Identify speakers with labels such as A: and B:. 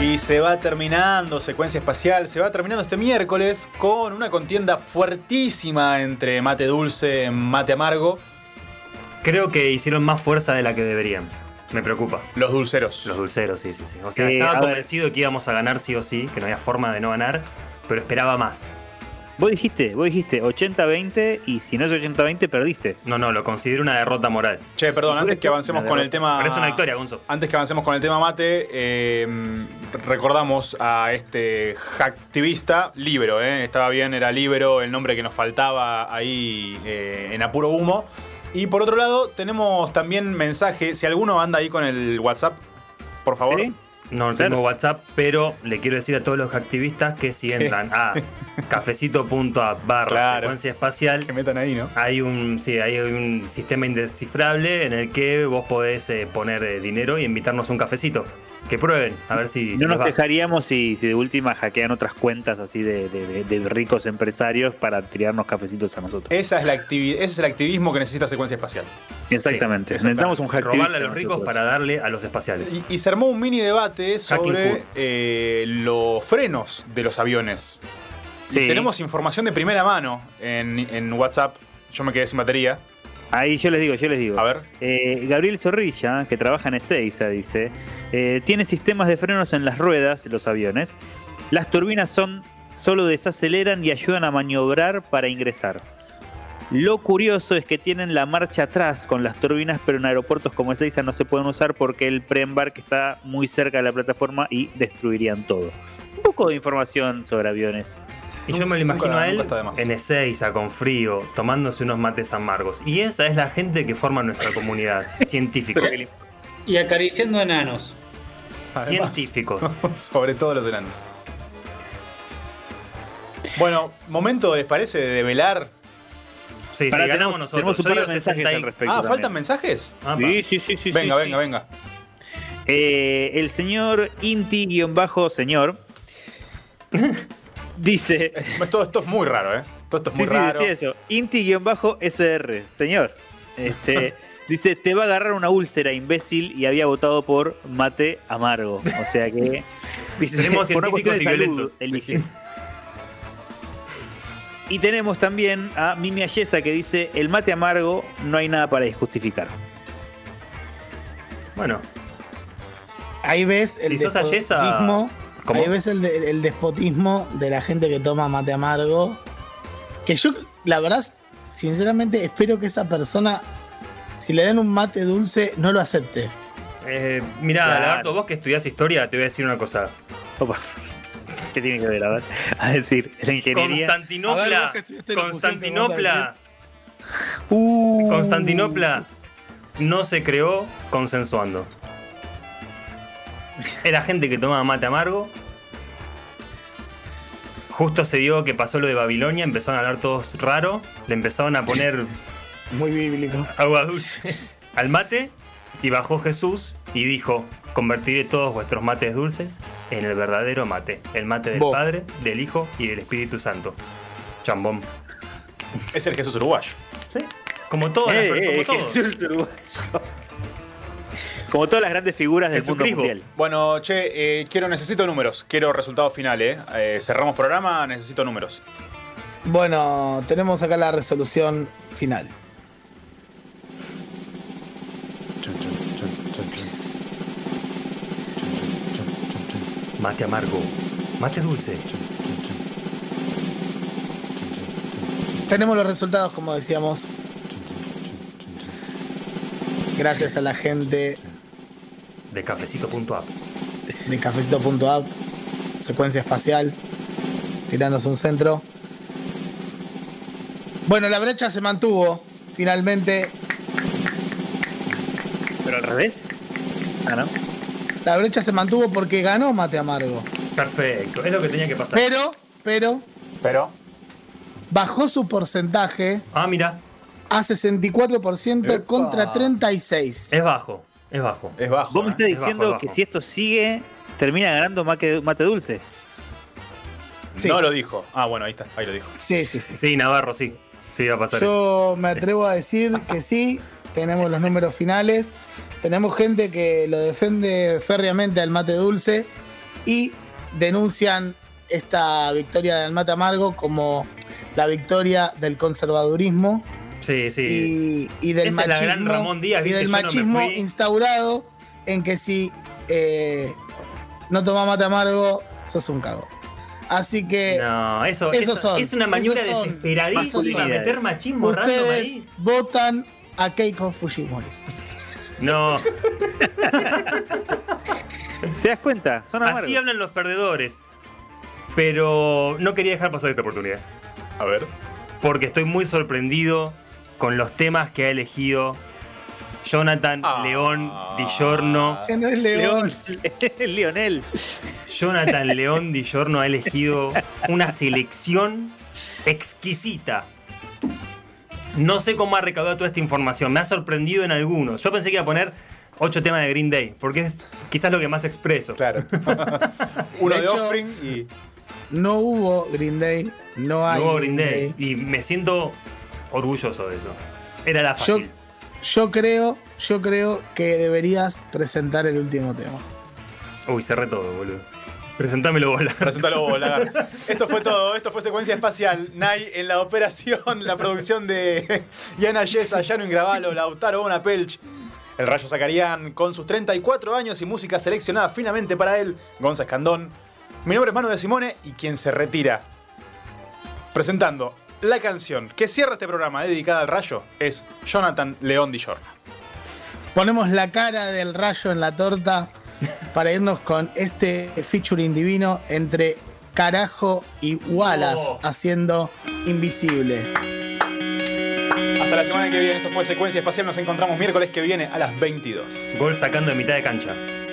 A: Y se va terminando Secuencia Espacial, se va terminando este miércoles con una contienda fuertísima entre mate dulce, mate amargo,
B: Creo que hicieron más fuerza de la que deberían. Me preocupa.
A: los dulceros.
B: Los dulceros, sí, sí, sí. O sea,
C: Eh, a
B: estaba
C: ver.
B: convencido que íbamos a ganar sí o sí, que no había forma de no ganar, pero esperaba más.
C: Vos dijiste, vos dijiste 80-20 y si no es 80-20 perdiste.
B: No, no, lo considero una derrota moral.
A: Che, perdón, antes que avancemos
C: Una
A: con el
C: derrota.
A: tema.
B: Pero es
C: Ah.
B: una victoria, Gonzo.
A: Antes que avancemos con el tema mate, eh, recordamos a este hacktivista, Libero, eh, estaba bien, era Libero, el nombre que nos faltaba ahí eh, en apuro humo. Y por otro lado, tenemos también mensaje, si alguno anda ahí con el WhatsApp, por favor.
C: ¿Sí?
B: No tengo
C: Claro.
B: WhatsApp, pero le quiero decir a todos los activistas que si entran a cafecito.app barra
A: Claro.
B: secuencia espacial,
A: Que metan ahí, ¿no?
B: hay un, sí, hay un sistema indescifrable en el que vos podés eh, poner eh, dinero y invitarnos un cafecito. Que prueben, a ver si, si
C: No
B: les
C: nos
B: va.
C: dejaríamos si, si de última hackean otras cuentas así de, de- de- de ricos empresarios para tirarnos cafecitos a
B: Eh,
C: nosotros.
A: Esa es la activi- ese es el activismo que necesita secuencia espacial. exactamente.
C: Exactamente. Necesitamos un hack.
B: Robarle a los ricos para darle a los espaciales.
A: Y, y se armó un mini debate
B: Hacking
A: sobre
B: Hood.
A: eh, los frenos de los aviones. Y
C: Sí.
A: tenemos información de primera mano en, en WhatsApp. Yo me quedé sin batería.
C: Ahí yo les digo, yo les digo.
A: A ver.
C: Eh, Gabriel Zorrilla, que trabaja en Ezeiza, dice, eh, tiene sistemas de frenos en las ruedas, los aviones. Las turbinas son solo desaceleran y ayudan a maniobrar para ingresar. Lo curioso es que tienen la marcha atrás con las turbinas, pero en aeropuertos como Ezeiza no se pueden usar porque el preembarque está muy cerca de la plataforma y destruirían todo. Un poco de información sobre aviones.
B: Y yo me lo
A: Nunca-
B: imagino a él
A: nunca está de más.
B: en Ezeiza, con frío, tomándose unos mates amargos. Y esa es la gente que forma nuestra comunidad. Científicos.
D: Y acariciando enanos.
A: Además,
B: Científicos.
A: sobre todo los enanos. Bueno, momento, ¿les parece? De velar.
B: Sí,
C: Pará,
B: sí, ganamos
C: tenemos-
B: nosotros.
C: tenemos un
B: Yo
C: par
B: digo
C: de mensajes
B: 60
C: al
B: y...
C: respecto
A: ah,
C: también.
A: ¿faltan mensajes?
B: Ah,
C: Sí, sí, sí, sí,
A: venga,
C: sí, sí.
A: venga, venga.
C: Eh, el señor Inti-señor dice.
A: Eh, Todo esto es muy raro, ¿eh? Todo esto es muy
C: sí, sí,
A: raro.
C: sí, eso. Inti-SR, señor. Este, dice: Te va a agarrar una úlcera, imbécil, y había votado por mate amargo. O sea que. Dice,
B: Seremos
C: "Por una
B: científicos
C: cuestión
B: y
C: de salud,
B: violentos".
C: elige. Y tenemos también a Mimi Ayesa que dice: El mate amargo no hay nada para justificar.
B: pa. Bueno,
E: Ahí ves el
B: Si sos Ayesa,
E: despotismo.
B: ¿cómo?
E: Ahí ves el, de- el despotismo de la gente que toma mate amargo. Que yo, la verdad, sinceramente, espero que esa persona, si le dan un mate dulce, no lo acepte.
B: eh, mirá,
C: Claro.
B: Lagarto, vos que estudiás historia, te voy a decir una cosa.
C: Opa. ¿Qué tiene que ver? A ver. A decir, la ingeniería.
E: A ver, vos
B: Constantinopla.
E: que estudiaste locución, ¿te vas
B: Constantinopla.
C: Uh.
B: Constantinopla no se creó consensuando. Era gente que tomaba mate amargo. Justo se dio que pasó lo de Babilonia, empezaron a hablar todos raro, le empezaron a poner
E: Muy bíblico.
B: agua dulce al mate y bajó Jesús y dijo, convertiré todos vuestros mates dulces en el verdadero mate, el mate del
E: Vos.
B: Padre, del Hijo y del Espíritu Santo. Chambón.
A: Es el Jesús uruguayo.
B: Sí, Como todas las
C: Eh,
B: per-
C: eh,
B: como todos.
C: Jesús uruguayo. Como todas las grandes figuras del mundo
B: Jesucrismo.
C: mundial.
A: Bueno, che, eh, quiero, necesito números. Quiero resultado final, ¿eh? Eh, Cerramos programa, necesito números.
E: Bueno, tenemos acá la resolución final.
B: Mate amargo, mate dulce.
E: Tenemos los resultados, como decíamos. Gracias a la gente
B: de cafecito.app.
E: de cafecito.app, secuencia espacial, tiranos un centro. Bueno, la brecha se mantuvo. Finalmente,
C: Pero al revés. Ah, ¿no?
E: la brecha se mantuvo porque ganó Mate Amargo.
B: Perfecto, es lo que tenía que pasar.
E: Pero, pero,
A: Pero.
E: bajó su porcentaje
B: Ah, mira,
E: a 64%
A: Epa.
E: contra 36.
B: es bajo, es bajo.
A: Es bajo.
C: Vos me
A: ¿eh?
C: estás
B: es bajo,
C: diciendo
B: es bajo.
C: que si esto sigue, termina ganando mate, mate dulce.
E: Sí.
A: No lo dijo. Ah, bueno, ahí está, ahí lo dijo.
E: Sí, sí, sí.
B: Sí, Navarro, sí. Sí, va a pasar eso.
E: Yo me atrevo a decir que sí, tenemos los números finales. Tenemos gente que lo defiende férreamente al mate dulce. y denuncian esta victoria del mate amargo como la victoria del conservadurismo
B: Sí, sí.
E: y, y del
B: Esa es la
E: machismo,
B: gran Ramón Díaz,
E: y
B: ¿viste?
E: del
B: Yo no me
E: machismo
B: fui.
E: instaurado en que si eh, no tomás mate amargo, sos un cago. Así que
B: No, eso,
E: eh, esos
B: eso-
E: son,
B: es una maniobra
E: esos son
B: desesperadísima
C: masculinidades.
B: meter machismo random
E: ustedes
B: ahí.
E: votan a Keiko Fujimori.
B: No,
C: ¿Te das cuenta? Son amargos.
B: así hablan los perdedores. Pero no quería dejar pasar esta oportunidad.
A: A ver.
B: porque estoy muy sorprendido con los temas que ha elegido Jonathan
A: Ah.
B: León Di Giorno.
E: Que no es León.
C: Lionel.
B: Jonathan León Di Giorno ha elegido una selección exquisita. No sé cómo ha recaudado toda esta información. Me ha sorprendido en algunos. Yo pensé que iba a poner ocho temas de Green Day, porque es quizás lo que más expreso.
A: Claro. Uno
E: De
A: de,
E: hecho-
A: Offspring y.
E: No hubo Green Day, no hay.
B: Luego Green Day. Y me siento orgulloso de eso. Era la
E: Yo,
B: fácil.
E: yo creo, yo creo que deberías presentar el último tema.
B: Uy, cerré todo, boludo. Presentámelo vos, Lagarto.
A: Preséntalo vos, Lagar. Esto fue todo. Esto fue Secuencia Espacial. Nay en la operación, la producción de Yana Yesa, Yano Ingravalo, Lautaro Bonapelch. El Rayo Zacarián, con sus 34 años y música seleccionada finamente para él, Gonza Escandón. Mi nombre es Manu de Simone y quien se retira. Presentando la canción que cierra este programa dedicada al Rayo es Jonathan León Di Giorno.
E: Ponemos la cara del rayo en la torta para irnos con este featuring divino entre Carajo y Wallace
B: Oh.
E: haciendo Invisible.
A: Hasta la semana que viene. Esto fue Secuencia Espacial. Nos encontramos miércoles que viene a las 22.
B: Gol sacando de mitad de cancha.